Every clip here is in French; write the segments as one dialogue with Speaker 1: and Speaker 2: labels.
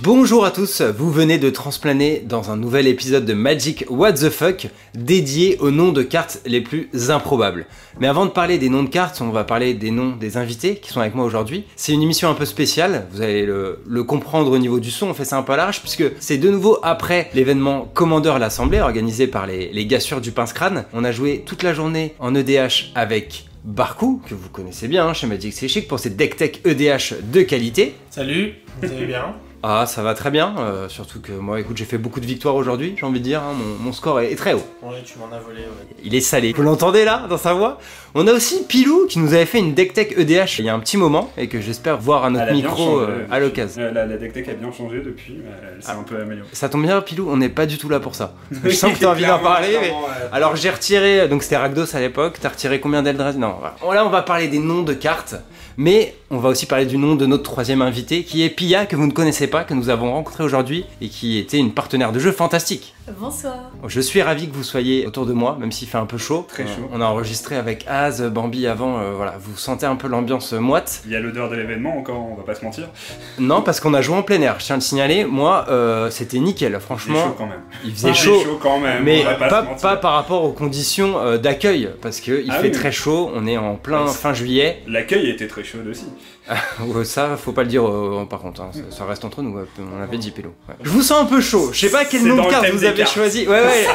Speaker 1: Bonjour à tous, vous venez de transplaner dans un nouvel épisode de Magic What the Fuck dédié aux noms de cartes les plus improbables. Mais avant de parler des noms de cartes, on va parler des noms des invités qui sont avec moi aujourd'hui. C'est une émission un peu spéciale, vous allez le, le comprendre au niveau du son, on fait ça un peu large puisque c'est de nouveau après l'événement Commandeur l'Assemblée organisé par les, les gassures du Pince Crâne. On a joué toute la journée en EDH avec Barcou, que vous connaissez bien hein, chez Magic C'est Chic pour ses deck tech EDH de qualité.
Speaker 2: Salut, vous allez bien
Speaker 1: Ah, ça va très bien, euh, surtout que moi, écoute, j'ai fait beaucoup de victoires aujourd'hui, j'ai envie de dire, hein, mon, mon score est, est très haut.
Speaker 2: Ouais, tu m'en as volé, ouais.
Speaker 1: Il est salé. Vous l'entendez là, dans sa voix On a aussi Pilou qui nous avait fait une deck tech EDH il y a un petit moment et que j'espère voir à notre
Speaker 3: Elle a bien
Speaker 1: micro
Speaker 3: changé,
Speaker 1: euh,
Speaker 3: depuis.
Speaker 1: à l'occasion.
Speaker 3: Euh, La, la deck a bien changé depuis, mais elle s'est un peu améliorée.
Speaker 1: Ça tombe bien, Pilou, on n'est pas du tout là pour ça. Je sens que t'as envie d'en parler, mais- Alors j'ai retiré, donc c'était Rakdos à l'époque, t'as retiré combien d'Eldrazi Non, voilà. Bon, Là on va parler des noms de cartes, mais on va aussi parler du nom de notre troisième invité qui est Pia, que vous ne connaissez pas, que nous avons rencontré aujourd'hui et qui était une partenaire de jeu fantastique.
Speaker 4: Bonsoir.
Speaker 1: Je suis ravi que vous soyez autour de moi, même s'il fait un peu chaud.
Speaker 3: Très
Speaker 1: Euh,
Speaker 3: chaud.
Speaker 1: On a enregistré avec Az, Bambi avant, euh, voilà, vous sentez un peu l'ambiance moite.
Speaker 3: Il y a l'odeur de l'événement encore, on va pas se mentir.
Speaker 1: Non, parce qu'on a joué en plein air, je tiens à le signaler, moi euh, c'était nickel,
Speaker 3: Il est chaud
Speaker 1: franchement,
Speaker 3: quand même.
Speaker 1: il faisait
Speaker 3: Il est
Speaker 1: chaud.
Speaker 3: chaud quand même,
Speaker 1: Mais
Speaker 3: on va
Speaker 1: pas,
Speaker 3: pas, se mentir.
Speaker 1: pas par rapport aux conditions euh, d'accueil, parce qu'il
Speaker 3: Ah
Speaker 1: fait
Speaker 3: oui.
Speaker 1: très chaud, on est en plein
Speaker 3: Ouais, c'est-
Speaker 1: fin juillet.
Speaker 3: L'accueil était très chaud aussi.
Speaker 1: Ouais, ça, faut pas le dire euh, par contre, hein, ça, ça reste entre nous, ouais, on avait dit pélo. ouais. Je vous sens un peu chaud, je sais pas quel
Speaker 3: C'est
Speaker 1: nom
Speaker 3: dans
Speaker 1: de
Speaker 3: le
Speaker 1: carte
Speaker 3: thème
Speaker 1: vous
Speaker 3: des
Speaker 1: avez
Speaker 3: cartes.
Speaker 1: choisi. Ouais, ouais,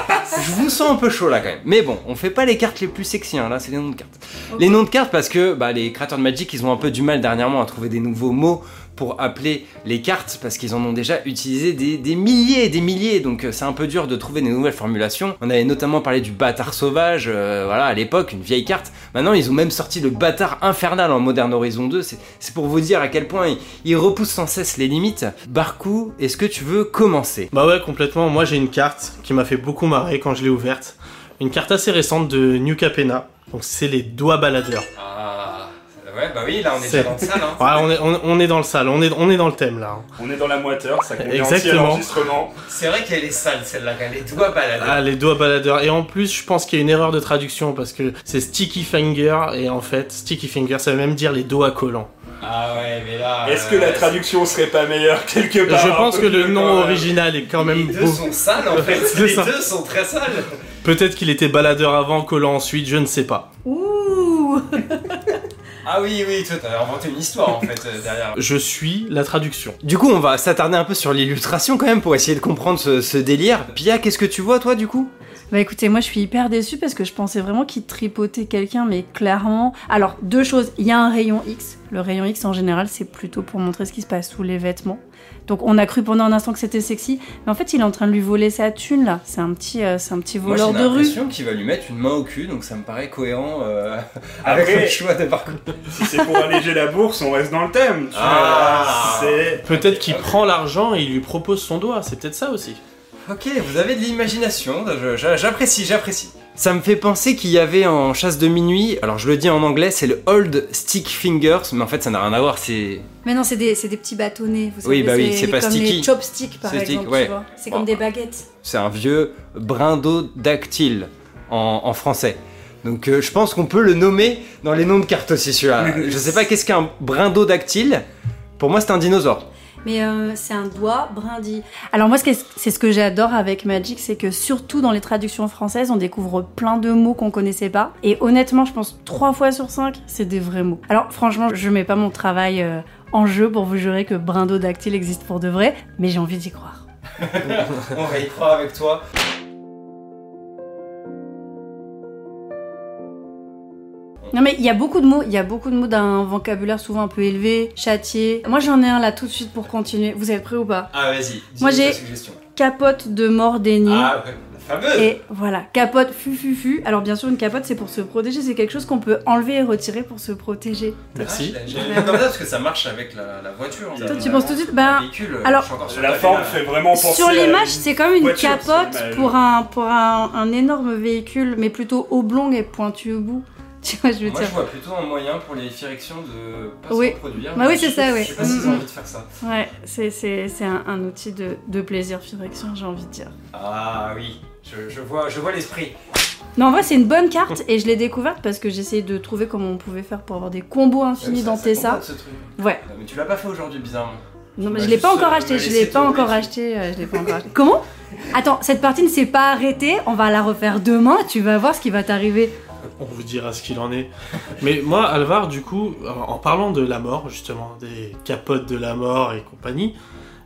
Speaker 1: je vous sens un peu chaud là quand même. Mais bon, on fait pas les cartes les plus sexy, hein, là c'est les noms de cartes. Les noms de cartes parce que bah, les créateurs de Magic, ils ont un peu du mal dernièrement à trouver des nouveaux mots pour appeler les cartes parce qu'ils en ont déjà utilisé des, des milliers et des milliers donc euh, c'est un peu dur de trouver des nouvelles formulations. On avait notamment parlé du bâtard sauvage, euh, voilà à l'époque une vieille carte. Maintenant ils ont même sorti le bâtard infernal en Modern Horizon 2. C'est c'est pour vous dire à quel point ils, ils repoussent sans cesse les limites. Barkou, est-ce que tu veux commencer
Speaker 2: Bah ouais, complètement. Moi, j'ai une carte qui m'a fait beaucoup marrer quand je l'ai ouverte. Une carte assez récente de New Capena. Donc, c'est les doigts baladeurs.
Speaker 1: Ah ouais bah oui là
Speaker 2: on est C'est- déjà dans le
Speaker 1: salle. hein.
Speaker 2: Ouais, on est, on, on est dans le sale, on est, on est dans le thème là.
Speaker 3: On est dans la moiteur, ça convient aussi à
Speaker 2: Exactement.
Speaker 3: l'enregistrement.
Speaker 1: C'est vrai qu'elle est sale celle-là, elle est doigt balade.
Speaker 2: Ah, les doigts baladeurs. Et en plus, je pense qu'il y a une erreur de traduction parce que c'est sticky finger et en fait, sticky finger ça veut même dire les doigts collants.
Speaker 1: Ah ouais, mais là. euh,
Speaker 3: Est-ce que la traduction serait pas meilleure quelque part
Speaker 2: je
Speaker 3: un
Speaker 2: pense
Speaker 3: peu
Speaker 2: que le
Speaker 3: plus
Speaker 2: nom
Speaker 3: loin
Speaker 2: original est quand même beau.
Speaker 1: sales en
Speaker 2: fait. C'est Les ça.
Speaker 1: deux sont très sales.
Speaker 2: Peut-être qu'il était baladeur avant, collant ensuite, je ne sais pas.
Speaker 4: Ouh
Speaker 1: Ah oui, oui, toi t'as inventé une histoire en fait euh, derrière.
Speaker 2: Je suis la traduction.
Speaker 1: Du coup, on va s'attarder un peu sur l'illustration quand même pour essayer de comprendre ce, ce délire. Pia, qu'est-ce que tu vois toi du coup
Speaker 4: Bah écoutez, moi je suis hyper déçue parce que je pensais vraiment qu'il tripotait quelqu'un, mais clairement. Alors, deux choses. Il y a un rayon X. Le rayon X en général, c'est plutôt pour montrer ce qui se passe sous les vêtements. Donc, on a cru pendant un instant que c'était sexy, mais en fait, il est en train de lui voler sa thune là. C'est un petit, euh, c'est un petit voleur de rue.
Speaker 1: qu'il va lui mettre une main au cul, donc ça me paraît cohérent euh,
Speaker 3: avec le
Speaker 1: choix de parcours.
Speaker 3: Si c'est pour alléger la bourse, on reste dans le thème. tu
Speaker 1: Ah.
Speaker 3: vois. C'est-
Speaker 2: Peut-être qu'il prend l'argent et il lui propose son doigt, c'est peut-être ça aussi.
Speaker 1: Ok, vous avez de l'imagination, je- je- j'apprécie, j'apprécie. Ça me fait penser qu'il y avait en chasse de minuit, alors je le dis en anglais, c'est le Old Stick Fingers, mais en fait ça n'a rien à voir, c'est
Speaker 5: Mais non, c'est des, c'est des petits bâtonnets. Vous savez,
Speaker 1: Oui, bah oui, c'est pas
Speaker 5: comme
Speaker 1: sticky.
Speaker 5: les chopsticks, par
Speaker 1: C'est stick,
Speaker 5: exemple. tu
Speaker 1: ouais.
Speaker 5: vois. C'est
Speaker 1: Bon.
Speaker 5: comme des baguettes.
Speaker 1: C'est un vieux brindodactyle en, en français. Donc euh, je pense qu'on peut le nommer dans les noms de cartes aussi celui-là. je sais pas qu'est-ce qu'un brindodactyle. Pour moi c'est un dinosaure.
Speaker 5: Mais euh, c'est un doigt brindis.
Speaker 4: Alors moi, ce qu'est- c'est ce que j'adore avec Magic, c'est que surtout dans les traductions françaises, on découvre plein de mots qu'on connaissait pas. Et honnêtement, je pense trois fois sur cinq, c'est des vrais mots. Alors franchement, je mets pas mon travail euh, en jeu pour vous jurer que brindodactyle existe pour de vrai, mais j'ai envie d'y croire.
Speaker 1: On va y croire avec toi.
Speaker 4: Non mais il y a beaucoup de mots, il y a beaucoup de mots d'un vocabulaire souvent un peu élevé, châtié. Moi j'en ai un là tout de suite pour continuer. Vous êtes prêts ou pas
Speaker 1: Ah vas-y,
Speaker 4: Moi, j'ai- ta
Speaker 1: suggestion.
Speaker 4: Capote de mort déni.
Speaker 1: Ah la fameuse
Speaker 4: Et voilà, capote, fu, fu, fu. Alors bien sûr, une capote, c'est pour se protéger. C'est quelque chose qu'on peut enlever et retirer pour se protéger.
Speaker 1: Ah,
Speaker 2: Merci.
Speaker 1: comme ça parce que ça marche avec la, voiture. hein.
Speaker 3: ça.
Speaker 4: Toi, tu penses tout de suite, ben,
Speaker 1: véhicule, euh,
Speaker 4: alors- je
Speaker 3: La forme fait vraiment penser
Speaker 4: sur
Speaker 3: à une-
Speaker 4: l'image, c'est comme une
Speaker 3: euh, voiture,
Speaker 4: capote
Speaker 3: sur l'image.
Speaker 4: pour, un, pour un, un énorme véhicule, mais plutôt oblong et pointu au bout. Tu vois, je veux dire.
Speaker 1: vois plutôt un moyen pour les directions de
Speaker 4: pas se Oui.
Speaker 1: reproduire.
Speaker 4: Bah mais oui, je c'est sais- ça, oui. je sais pas s'ils ont Mm, mm.
Speaker 1: de faire ça.
Speaker 4: Ouais, c'est- c'est c'est un, un outil de, de plaisir, Firection, j'ai envie de dire.
Speaker 1: Ah oui, je, je vois, je vois l'esprit.
Speaker 4: Non, en vrai, c'est une bonne carte et je l'ai découverte parce que j'essayais de trouver comment on pouvait faire pour avoir des combos infinis dans Tessa.
Speaker 1: ce truc.
Speaker 4: Ouais.
Speaker 1: Mais tu l'as pas fait aujourd'hui, bizarrement.
Speaker 4: Non, mais
Speaker 3: Bah,
Speaker 4: je l'ai pas
Speaker 3: juste,
Speaker 4: encore
Speaker 3: euh,
Speaker 4: acheté,
Speaker 3: bah,
Speaker 4: je
Speaker 3: laissez
Speaker 4: l'ai pas
Speaker 3: tomber,
Speaker 4: encore
Speaker 3: c'est-
Speaker 4: acheté, euh, je l'ai pas encore acheté. Comment
Speaker 5: Attends, cette partie ne s'est pas arrêtée. On va la refaire demain. Tu vas voir ce qui va t'arriver.
Speaker 2: On vous dira ce qu'il en est. Mais moi, Alvar, du coup, en en parlant de la mort, justement, des capotes de la mort et compagnie,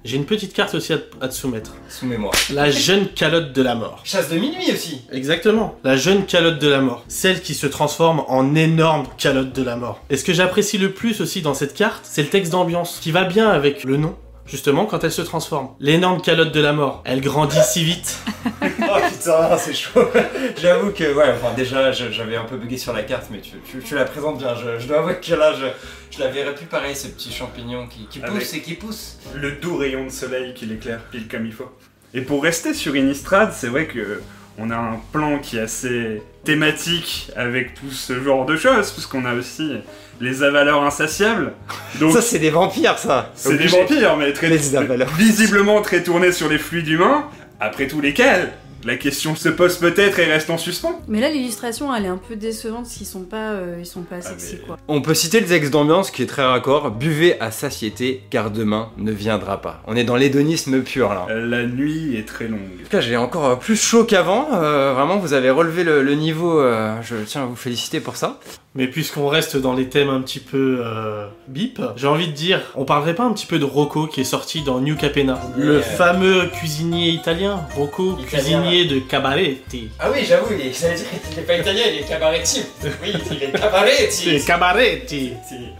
Speaker 2: j'ai une petite carte aussi à te- à te soumettre.
Speaker 1: Soumets-moi.
Speaker 2: La jeune calotte de la mort.
Speaker 1: Chasse de minuit aussi.
Speaker 2: Exactement. La jeune calotte de la mort. Celle qui se transforme en énorme calotte de la mort. Et ce que j'apprécie le plus aussi dans cette carte, c'est le texte d'ambiance qui va bien avec le nom. Justement, quand elle se transforme. L'énorme calotte de la mort. Elle grandit si vite.
Speaker 1: Oh putain, c'est chaud. J'avoue que, ouais, enfin déjà, je- j'avais un peu bugué sur la carte, mais tu, tu- tu la présentes bien. Je, je dois avouer que là, je, je la verrais plus pareil, ce petit champignon qui, qui pousse
Speaker 3: Avec-
Speaker 1: et qui pousse.
Speaker 3: le doux rayon de soleil qui l'éclaire pile comme il faut. Et pour rester sur Innistrad, c'est vrai que on a un plan qui est assez thématique avec tout ce genre de choses, parce qu'on a aussi les avaleurs insatiables. Donc
Speaker 1: c'est des vampires, ça.
Speaker 3: c'est des vampires, mais très
Speaker 1: Les avaleurs.
Speaker 3: visiblement très tournés sur les fluides humains. Après tout, lesquels La question se pose peut-être et reste en suspens.
Speaker 4: Mais là, l'illustration, elle est un peu décevante s'ils sont pas, euh, ils sont pas sexy,
Speaker 3: Ah, mais-
Speaker 4: quoi.
Speaker 1: On peut citer le texte d'ambiance qui est très raccord. Buvez à satiété, car demain ne viendra pas. On est dans l'hédonisme pur là.
Speaker 3: Euh, La nuit est très longue.
Speaker 1: En tout cas, j'ai encore euh, plus chaud qu'avant. Euh, vraiment, vous avez relevé le, le niveau. euh, je tiens à vous féliciter pour ça.
Speaker 2: Mais puisqu'on reste dans les thèmes un petit peu euh, bip, j'ai envie de dire, on parlerait pas un petit peu de Rocco qui est sorti dans New Capena, le
Speaker 1: Yeah.
Speaker 2: fameux cuisinier italien, Rocco,
Speaker 1: Italien.
Speaker 2: cuisinier de Cabaretti.
Speaker 1: Ah oui, j'avoue, il est, pas italien, il est cabarettier. Oui, il est cabarettier.
Speaker 2: C'est Cabaretti.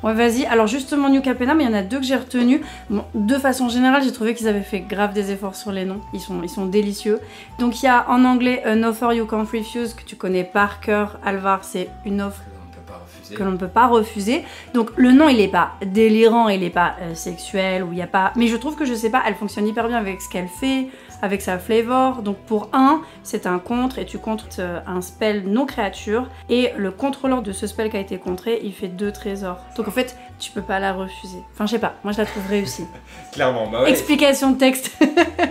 Speaker 4: Ouais, vas-y. Alors, justement, New Capena, mais il y en a deux que j'ai retenus. Bon, de façon générale, j'ai trouvé qu'ils avaient fait grave des efforts sur les noms. Ils sont, ils sont délicieux. Donc, il y a en anglais An Offer You Can't Refuse, que tu connais par cœur. Alvar, c'est une offre
Speaker 1: On peut pas refuser.
Speaker 4: que l'on ne peut pas refuser. Donc le nom, il n'est pas délirant, il n'est pas euh, sexuel, ou il n'y a pas... Mais je trouve que, je sais pas, elle fonctionne hyper bien avec ce qu'elle fait, avec sa flavor. Donc pour un, c'est un contre, et tu contres euh, un spell non créature, et le contrôleur de ce spell qui a été contré, il fait deux trésors. Donc en fait, tu peux pas la refuser. Enfin, je sais pas, moi je la trouve réussie.
Speaker 1: Clairement, bah ouais.
Speaker 4: Explication de texte.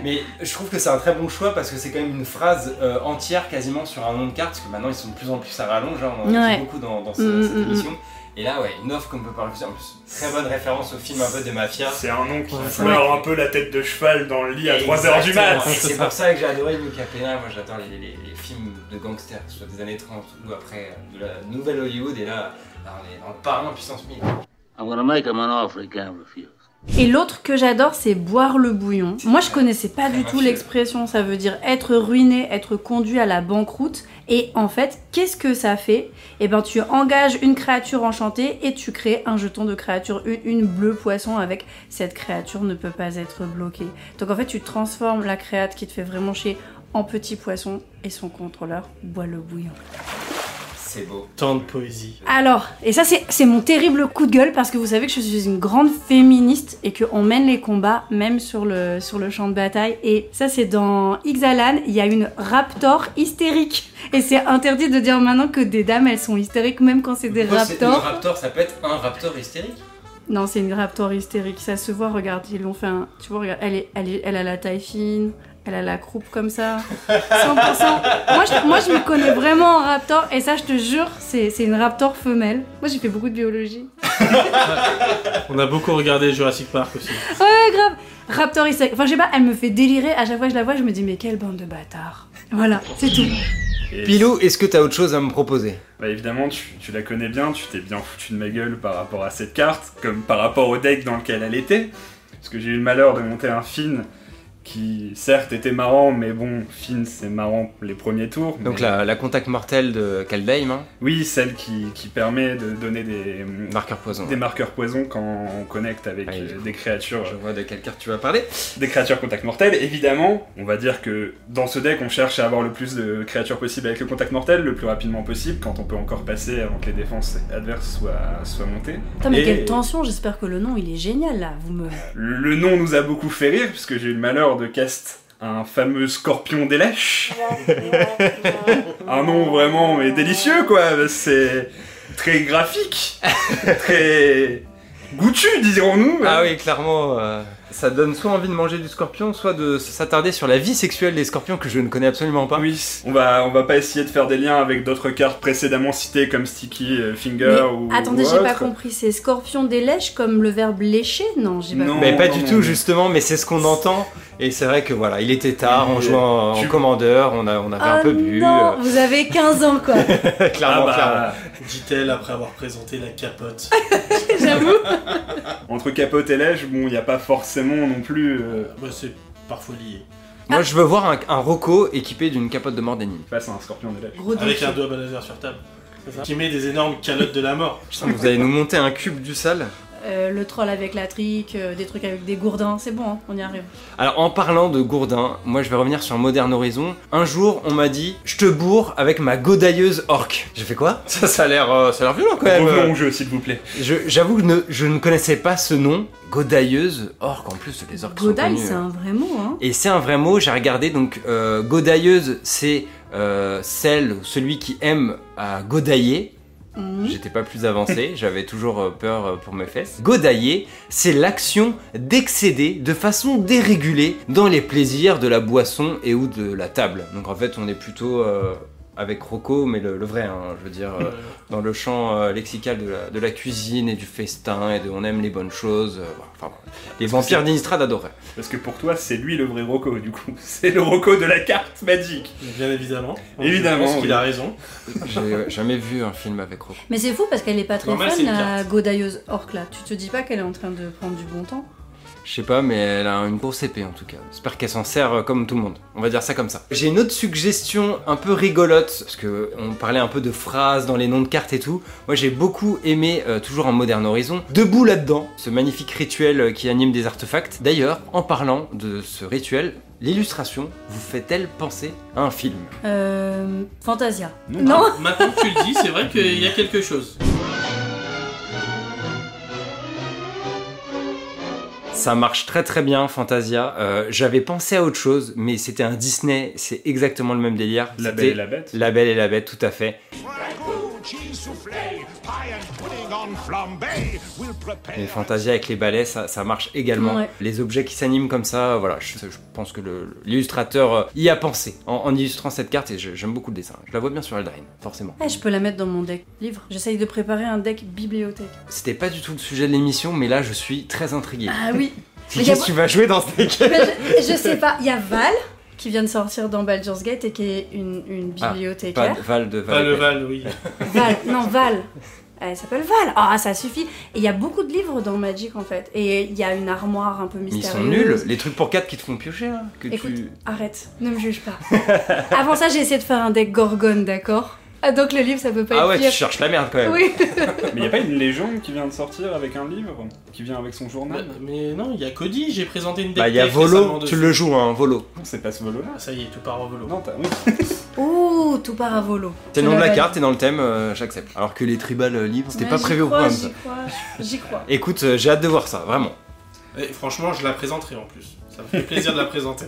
Speaker 1: Mais je trouve que c'est un très bon choix parce que c'est quand même une phrase euh, entière quasiment sur un nom de carte, parce que maintenant ils sont de plus en plus à rallonge, hein, on en dit
Speaker 4: Ouais.
Speaker 1: beaucoup dans, dans ce-
Speaker 4: Mm,
Speaker 1: cette
Speaker 4: mm, mm.
Speaker 1: émission. Et là, ouais, une offre qu'on peut pas refuser. En plus, très bonne référence au film un peu de mafia.
Speaker 3: C'est un nom qui
Speaker 2: Ouais.
Speaker 3: fleure un peu la tête de cheval dans le lit à 3h du mat.
Speaker 1: Exactement. Et C'est pour ça que j'ai adoré Luca Pena. Moi, j'adore les, les- les films de gangsters, que ce soit des années 30 ou après euh, de la nouvelle Hollywood. Et là, là, on est dans le parrain puissance 1000.
Speaker 6: I'm gonna make him an offer he can't refuse.
Speaker 4: Et l'autre que j'adore, c'est boire le bouillon. Moi, je connaissais pas
Speaker 1: Très
Speaker 4: du tout
Speaker 1: mafieux.
Speaker 4: l'expression. Ça veut dire être ruiné, être conduit à la banqueroute. Et en fait, qu'est-ce que ça fait Eh ben, tu engages une créature enchantée et tu crées un jeton de créature une, une bleue poisson avec cette créature ne peut pas être bloquée. Donc en fait, tu transformes la créate qui te fait vraiment chier en petit poisson et son contrôleur boit le bouillon.
Speaker 1: C'est beau.
Speaker 2: Tant de poésie.
Speaker 4: Alors, et ça c'est c'est mon terrible coup de gueule parce que vous savez que je suis une grande féministe et qu'on mène les combats même sur le, sur le champ de bataille. Et ça c'est dans Xalan, il y a une raptor hystérique. Et c'est interdit de dire maintenant que des dames elles sont hystériques même quand c'est des
Speaker 1: Pourquoi c'est
Speaker 4: raptors.
Speaker 1: une raptor, ça peut être un raptor hystérique.
Speaker 4: Non, c'est une raptor hystérique, ça se voit, regarde, ils l'ont fait un... Tu vois, regarde, elle, est, elle, est- elle a la taille fine, elle a la croupe comme ça. 100%. moi, je, moi, je me connais vraiment en raptor, et ça, je te jure, c'est c'est une raptor femelle. Moi, j'ai fait beaucoup de biologie.
Speaker 2: On a beaucoup regardé Jurassic Park aussi.
Speaker 4: Ouais, grave Raptor hystérique. Enfin, je sais pas, elle me fait délirer, à chaque fois que je la vois, je me dis, mais quelle bande de bâtards. Voilà, c'est tout.
Speaker 3: Et-
Speaker 1: Pilou, est-ce que t'as autre chose à me proposer
Speaker 3: Bah évidemment, tu, tu la connais bien, tu t'es bien foutu de ma gueule par rapport à cette carte, comme par rapport au deck dans lequel elle était. Parce que j'ai eu le malheur de monter un Finn qui, certes, était marrant, mais bon, Finn c'est marrant les premiers tours.
Speaker 1: Donc
Speaker 3: mais-
Speaker 1: la, la contact mortelle de Kaldheim, hein,
Speaker 3: Oui, celle qui, qui permet de donner des,
Speaker 1: marqueur poison.
Speaker 3: des marqueurs poison quand on connecte avec
Speaker 1: Ah, il-
Speaker 3: euh, des créatures.
Speaker 1: Je vois de quelle carte tu vas parler.
Speaker 3: des créatures contact mortel. Évidemment, on va dire que dans ce deck, on cherche à avoir le plus de créatures possible avec le contact mortel, le plus rapidement possible, quand on peut encore passer avant que les défenses adverses soient, soient montées.
Speaker 4: Putain, mais
Speaker 3: Et-
Speaker 4: quelle tension, j'espère que le nom, il est génial, là. Vous me...
Speaker 3: Le, le nom nous a beaucoup fait rire, puisque j'ai eu le malheur de cast un fameux scorpion des lèches. un nom vraiment mais délicieux, quoi. C'est très graphique, très goûtu, dirons-nous.
Speaker 1: Ah oui, clairement. euh, ça donne soit envie de manger du scorpion, soit de s'attarder sur la vie sexuelle des scorpions que je ne connais absolument pas.
Speaker 3: Oui, on va, on va pas essayer de faire des liens avec d'autres cartes précédemment citées comme Sticky euh, Finger ou.
Speaker 4: Attendez,
Speaker 3: ou
Speaker 4: j'ai pas
Speaker 3: autre.
Speaker 4: compris. C'est scorpion des lèches comme le verbe lécher Non, j'ai pas
Speaker 3: Non.
Speaker 4: compris.
Speaker 1: Mais pas du
Speaker 3: non,
Speaker 1: tout
Speaker 3: non.
Speaker 1: justement, mais c'est ce qu'on entend. Et c'est vrai que voilà, il était tard, on
Speaker 3: Et
Speaker 1: jouait en,
Speaker 3: tu-
Speaker 1: en commandeur, on, a, on avait un
Speaker 4: Oh
Speaker 1: peu bu.
Speaker 4: non, vous avez 15 ans quoi.
Speaker 1: euh,
Speaker 3: Ah
Speaker 1: clairement, clairement.
Speaker 3: bah,
Speaker 2: dit-elle après avoir présenté la capote.
Speaker 4: J'avoue.
Speaker 3: entre capote et lèche, bon, il n'y a pas forcément non plus. euh,
Speaker 2: Euh, bah, c'est parfois lié.
Speaker 1: Moi je veux voir un, un Rocco équipé d'une capote de mort d'anime.
Speaker 3: face à un scorpion des lèches.
Speaker 4: Gros
Speaker 2: Avec
Speaker 4: défi.
Speaker 2: un doigt balader sur table. C'est ça Qui met des énormes calottes de la mort.
Speaker 1: Putain, Vous allez nous monter un cube du sale.
Speaker 4: Euh, le troll avec la trique, euh, des trucs avec des gourdins, c'est bon, hein, on y arrive.
Speaker 1: Alors en parlant de gourdin, moi je vais revenir sur Modern Horizon. Un jour on m'a dit je te bourre avec ma godailleuse orque. J'ai fait quoi Ça ça a l'air euh, ça a l'air violent quand même.
Speaker 3: Revenons au jeu, s'il vous plaît.
Speaker 1: Je- J'avoue que ne- je ne connaissais pas ce nom. Godailleuse orque en plus les orques. sont
Speaker 4: Godaille,
Speaker 1: connus,
Speaker 4: c'est
Speaker 1: euh.
Speaker 4: un vrai mot, hein.
Speaker 1: Et c'est un vrai mot, j'ai regardé, donc euh, godailleuse, c'est euh, celle, celui qui aime à godailler.
Speaker 4: Mhm.
Speaker 1: J'étais pas plus avancé, j'avais toujours euh, peur euh, pour mes fesses. Godailler, c'est l'action d'excéder de façon dérégulée dans les plaisirs de la boisson et ou de la table. Donc en fait, on est plutôt euh, avec Rocco, mais le, le vrai, hein, je veux dire, euh,
Speaker 2: Euh,
Speaker 1: dans le champ euh, lexical de la, de la cuisine et du festin et de on aime les bonnes choses. euh, voilà. Enfin, les vampires d'Inistrad adoraient.
Speaker 3: Parce que pour toi, c'est lui le vrai Rocco, du coup. C'est le Rocco de la carte magique.
Speaker 2: Bien évidemment. Donc,
Speaker 3: Évidemment,
Speaker 2: Je pense qu'il
Speaker 3: oui.
Speaker 2: a raison.
Speaker 1: J'ai ouais, jamais vu un film avec Rocco.
Speaker 4: Mais c'est fou parce qu'elle est pas très
Speaker 2: Normal, c'est
Speaker 4: fan,
Speaker 2: une
Speaker 4: la
Speaker 2: carte.
Speaker 4: godailleuse orque là. Tu te dis pas qu'elle est en train de prendre du bon temps
Speaker 1: Je sais pas, mais elle a une grosse épée en tout cas. J'espère qu'elle s'en sert euh, comme tout le monde. On va dire ça comme ça. J'ai une autre suggestion un peu rigolote, parce que on parlait un peu de phrases dans les noms de cartes et tout. Moi j'ai beaucoup aimé, euh, toujours en Modern Horizon, Debout là-dedans, ce magnifique rituel euh, qui anime des artefacts. D'ailleurs, en parlant de ce rituel, l'illustration vous fait-elle penser à un film
Speaker 4: Euh. Fantasia.
Speaker 3: Non.
Speaker 4: Non
Speaker 2: Maintenant que tu le dis, c'est vrai qu'il y a quelque chose.
Speaker 1: Ça marche très très bien, Fantasia. Euh, J'avais pensé à autre chose, mais c'était un Disney, c'est exactement le même délire.
Speaker 3: La
Speaker 1: C'était
Speaker 3: belle et la bête.
Speaker 1: La Belle et la Bête, tout à fait. Et Fantasia avec les balais, ça, ça marche également.
Speaker 4: Ouais.
Speaker 1: Les objets qui s'animent comme ça, voilà, je, je pense que le- l'illustrateur euh, y a pensé en, en illustrant cette carte et je- j'aime beaucoup le dessin. Je la vois bien sur Eldraine, forcément.
Speaker 4: Eh, je peux la mettre dans mon deck livre. J'essaye de préparer un deck bibliothèque.
Speaker 1: C'était pas du tout le sujet de l'émission, mais là je suis très intrigué.
Speaker 4: Ah oui Mais
Speaker 1: Qu'est-ce que tu vas jouer dans ce deck
Speaker 4: Mais je, je sais pas, il y a Val qui vient de sortir dans Baldur's Gate et qui est une, une
Speaker 1: Ah,
Speaker 4: bibliothécaire.
Speaker 1: Val, Val de Val.
Speaker 2: Pas le Val, oui.
Speaker 4: Val, non, Val. Elle s'appelle Val. Ah, ça suffit. Et il y a beaucoup de livres dans Magic en fait. Et il y a une armoire un peu
Speaker 1: Mais ils
Speaker 4: mystérieuse.
Speaker 1: sont nuls, les trucs pour 4 qui te font piocher là. Que
Speaker 4: Écoute,
Speaker 1: tu...
Speaker 4: arrête, ne me juge pas. Avant ça, j'ai essayé de faire un deck Gorgone, d'accord Ah, donc le livre, ça peut pas
Speaker 1: Ah
Speaker 4: être
Speaker 1: ouais, tu
Speaker 4: pire.
Speaker 1: cherches la merde quand même.
Speaker 4: Oui.
Speaker 3: Mais y a pas une légende qui vient de sortir avec un livre Qui vient avec son journal
Speaker 2: Bah, Mais non, il y a Cody, j'ai présenté une deck
Speaker 1: Bah il y a
Speaker 2: tech récemment
Speaker 1: Volo, tu
Speaker 2: dessus.
Speaker 1: le joues hein, Volo.
Speaker 3: Non, c'est pas ce volo-là.
Speaker 2: Ah, ça y est, tout part en volo.
Speaker 3: Non, t'as. Oui.
Speaker 4: Ouh, tout part à volo.
Speaker 1: C'est le nom de la
Speaker 4: valide.
Speaker 1: carte, t'es dans le thème, euh, j'accepte. Alors que les tribal euh, livres, c'était
Speaker 4: Ouais,
Speaker 1: pas
Speaker 4: j'y
Speaker 1: prévu au
Speaker 4: crois,
Speaker 1: programme. ça.
Speaker 4: J'y crois, j'y crois.
Speaker 1: Écoute, euh, j'ai hâte de voir ça, vraiment.
Speaker 2: Et franchement, je la présenterai en plus. Ça me fait plaisir de la présenter.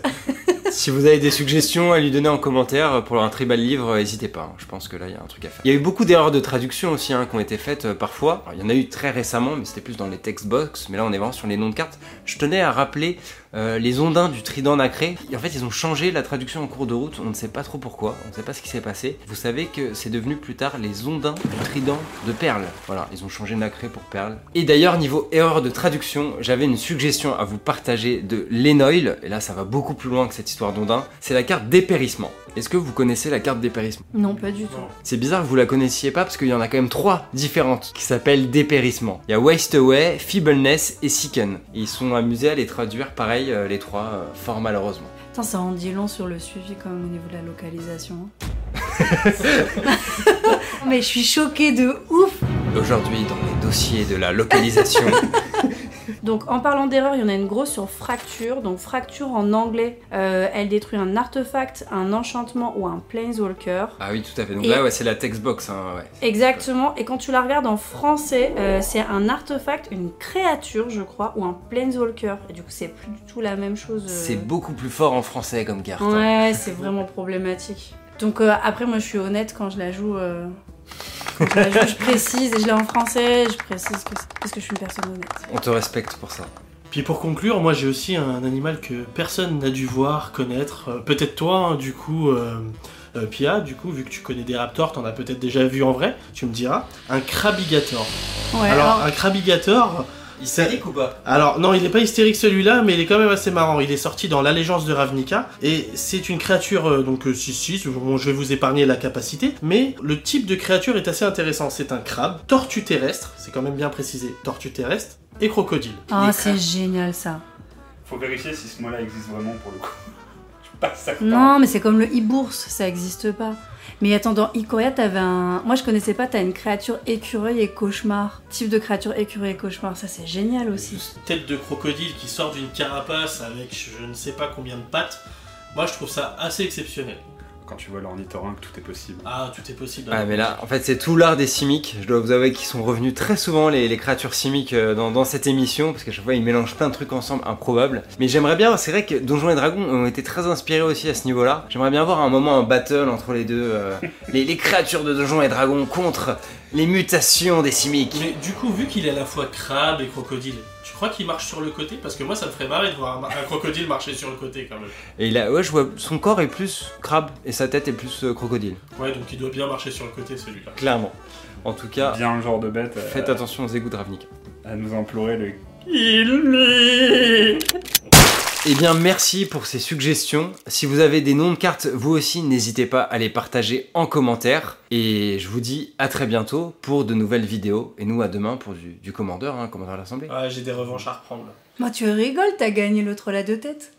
Speaker 1: Si vous avez des suggestions à lui donner en commentaire euh, pour un tribal livre, n'hésitez pas. hein. Je pense que là, il y a un truc à faire. Il y a eu beaucoup d'erreurs de traduction aussi hein, qui ont été faites euh, parfois. Alors, il y en a eu très récemment, mais c'était plus dans les text box. Mais là, on est vraiment sur les noms de cartes. Je tenais à rappeler euh, les ondins du trident nacré. En fait, ils ont changé la traduction en cours de route. On ne sait pas trop pourquoi. On ne sait pas ce qui s'est passé. Vous savez que c'est devenu plus tard les ondins du trident de perles. Voilà, ils ont changé nacré pour perles. Et d'ailleurs, niveau erreur de traduction, j'avais une suggestion à vous partager de Lenoil. Et là, ça va beaucoup plus loin que cette histoire d'ondin. C'est la carte dépérissement. Est-ce que vous connaissez la carte dépérissement
Speaker 4: Non, pas du tout.
Speaker 2: Non.
Speaker 1: c'est bizarre que vous la connaissiez pas parce qu'il y en a quand même trois différentes qui s'appellent Dépérissement. Il y a Waste Away, Feebleness et Sicken. Et ils sont amusés à les traduire pareil, euh, les trois, euh, fort malheureusement.
Speaker 4: Putain, ça en dit long sur le suivi quand même au niveau de la localisation. hein. Mais je suis choquée de ouf.
Speaker 1: Aujourd'hui, dans les dossiers de la localisation,
Speaker 4: Donc en parlant d'erreur, il y en a une grosse sur fracture. Donc fracture en anglais, euh, elle détruit un artefact, un enchantement ou un planeswalker.
Speaker 1: ah oui, tout à fait. Donc
Speaker 4: Et-
Speaker 1: là, ouais, c'est la textbox. Hein, ouais.
Speaker 4: Exactement. Et quand tu la regardes en français, euh, c'est un artefact, une créature, je crois, ou un planeswalker. Et du coup, c'est plus du tout la même chose. euh.
Speaker 1: C'est beaucoup plus fort en français comme carte. hein.
Speaker 4: Ouais, c'est vraiment problématique. Donc euh, après, moi, je suis honnête quand je la joue. euh, quand je, la joue, je précise, et je l'ai en français, je précise que c'est parce que je suis une personne honnête.
Speaker 1: On te respecte pour ça.
Speaker 2: Puis pour conclure, moi j'ai aussi un animal que personne n'a dû voir, connaître. Euh, peut-être toi, hein, du coup, euh, euh, Pia, du coup, vu que tu connais des raptors, t'en as peut-être déjà vu en vrai, tu me diras. Un crabigator.
Speaker 4: Ouais,
Speaker 2: alors,
Speaker 4: alors,
Speaker 2: un crabigator.
Speaker 7: Il s'indique ou pas
Speaker 2: Alors non, il n'est pas hystérique celui-là, mais il est quand même assez marrant. Il est sorti dans l'Allégeance de Ravnica et c'est une créature euh, donc euh, si si, bon, je vais vous épargner la capacité, mais le type de créature est assez intéressant. C'est un crabe, tortue terrestre, c'est quand même bien précisé, tortue terrestre et crocodile.
Speaker 4: ah,
Speaker 7: les
Speaker 4: c'est génial ça.
Speaker 3: Faut vérifier si ce mot-là existe vraiment pour le coup. Je passe ça.
Speaker 4: Non, mais c'est comme le e-bourse, ça existe pas. Mais attends, dans Ikoria, t'avais un. Moi, je connaissais pas, t'as une créature écureuil et cauchemar. Type de créature écureuil et cauchemar, ça c'est génial aussi.
Speaker 2: Tête de crocodile qui sort d'une carapace avec je ne sais pas combien de pattes. Moi, je trouve ça assez exceptionnel.
Speaker 3: Quand tu vois l'ornithorynque, tout est possible.
Speaker 2: Ah, tout est possible.
Speaker 1: Ah mais là, en fait, c'est tout l'art des simiques. Je dois vous avouer qu'ils sont revenus très souvent les, les créatures simiques euh, dans, dans cette émission, parce qu'à chaque fois ils mélangent plein de trucs ensemble, improbables. Mais j'aimerais bien, c'est vrai que Donjons et Dragons ont été très inspirés aussi à ce niveau-là. J'aimerais bien voir un moment un battle entre les deux, euh, les, les créatures de Donjons et Dragons contre les mutations des simiques.
Speaker 2: Mais du coup, vu qu'il est à la fois crabe et crocodile, tu crois qu'il marche sur le côté Parce que moi, ça me ferait marrer de voir un, mar- un crocodile marcher sur le côté quand même.
Speaker 1: Et là, ouais, je vois son corps est plus crabe et sa tête est plus euh, crocodile.
Speaker 2: Ouais, donc il doit bien marcher sur le côté celui-là.
Speaker 1: Clairement. En tout cas,
Speaker 3: Bien le genre de bête euh,
Speaker 1: faites attention aux égouts de Ravnica.
Speaker 3: à nous implorer le. Il
Speaker 1: Eh bien, merci pour ces suggestions. Si vous avez des noms de cartes, vous aussi, n'hésitez pas à les partager en commentaire. Et je vous dis à très bientôt pour de nouvelles vidéos. Et nous, à demain pour du, du commandeur, hein, commandeur de l'Assemblée.
Speaker 2: Ouais, j'ai des revanches à reprendre là.
Speaker 4: Moi, tu rigoles, t'as gagné l'autre la deux têtes.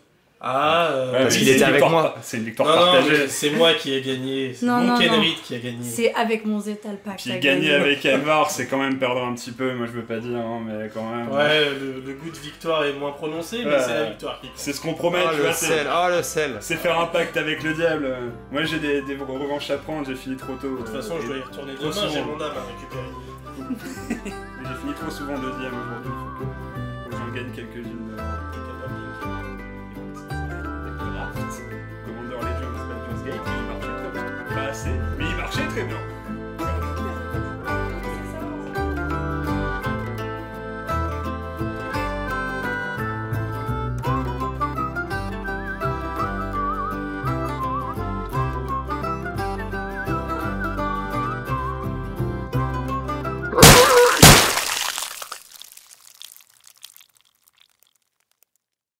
Speaker 2: Ah, euh,
Speaker 3: Ouais,
Speaker 1: Parce
Speaker 3: mais
Speaker 1: qu'il
Speaker 3: c'est
Speaker 1: était
Speaker 3: une
Speaker 1: avec
Speaker 3: victoire
Speaker 1: moi.
Speaker 3: par- C'est une
Speaker 2: Non,
Speaker 3: victoire
Speaker 2: non,
Speaker 3: partagée.
Speaker 2: mais c'est moi qui ai gagné. C'est
Speaker 4: Non,
Speaker 2: mon
Speaker 4: non,
Speaker 2: Kenrit qui a gagné.
Speaker 4: C'est avec mon Zetalpac.
Speaker 3: Puis
Speaker 4: t'as
Speaker 3: gagner avec Alvar, c'est quand même perdre un petit peu, moi je veux pas dire, hein, mais quand même.
Speaker 2: Ouais, le, le goût de victoire est moins prononcé, mais
Speaker 3: Ouais.
Speaker 2: c'est la victoire qui compte.
Speaker 3: C'est ce qu'on promet, tu vois, c'est-
Speaker 1: oh le sel.
Speaker 3: C'est faire un pacte avec le diable. Moi j'ai des, des revanches à prendre, j'ai fini trop tôt.
Speaker 2: De toute façon, je dois y retourner
Speaker 3: Trop
Speaker 2: demain, j'ai
Speaker 3: souvent.
Speaker 2: mon âme à récupérer.
Speaker 3: J'ai fini trop souvent deuxième aujourd'hui. Faut que- faut que j'en gagne quelques-unes. Commander Legion, Spectres Gate, il marchait très bien. Pas assez, mais il marchait très bien.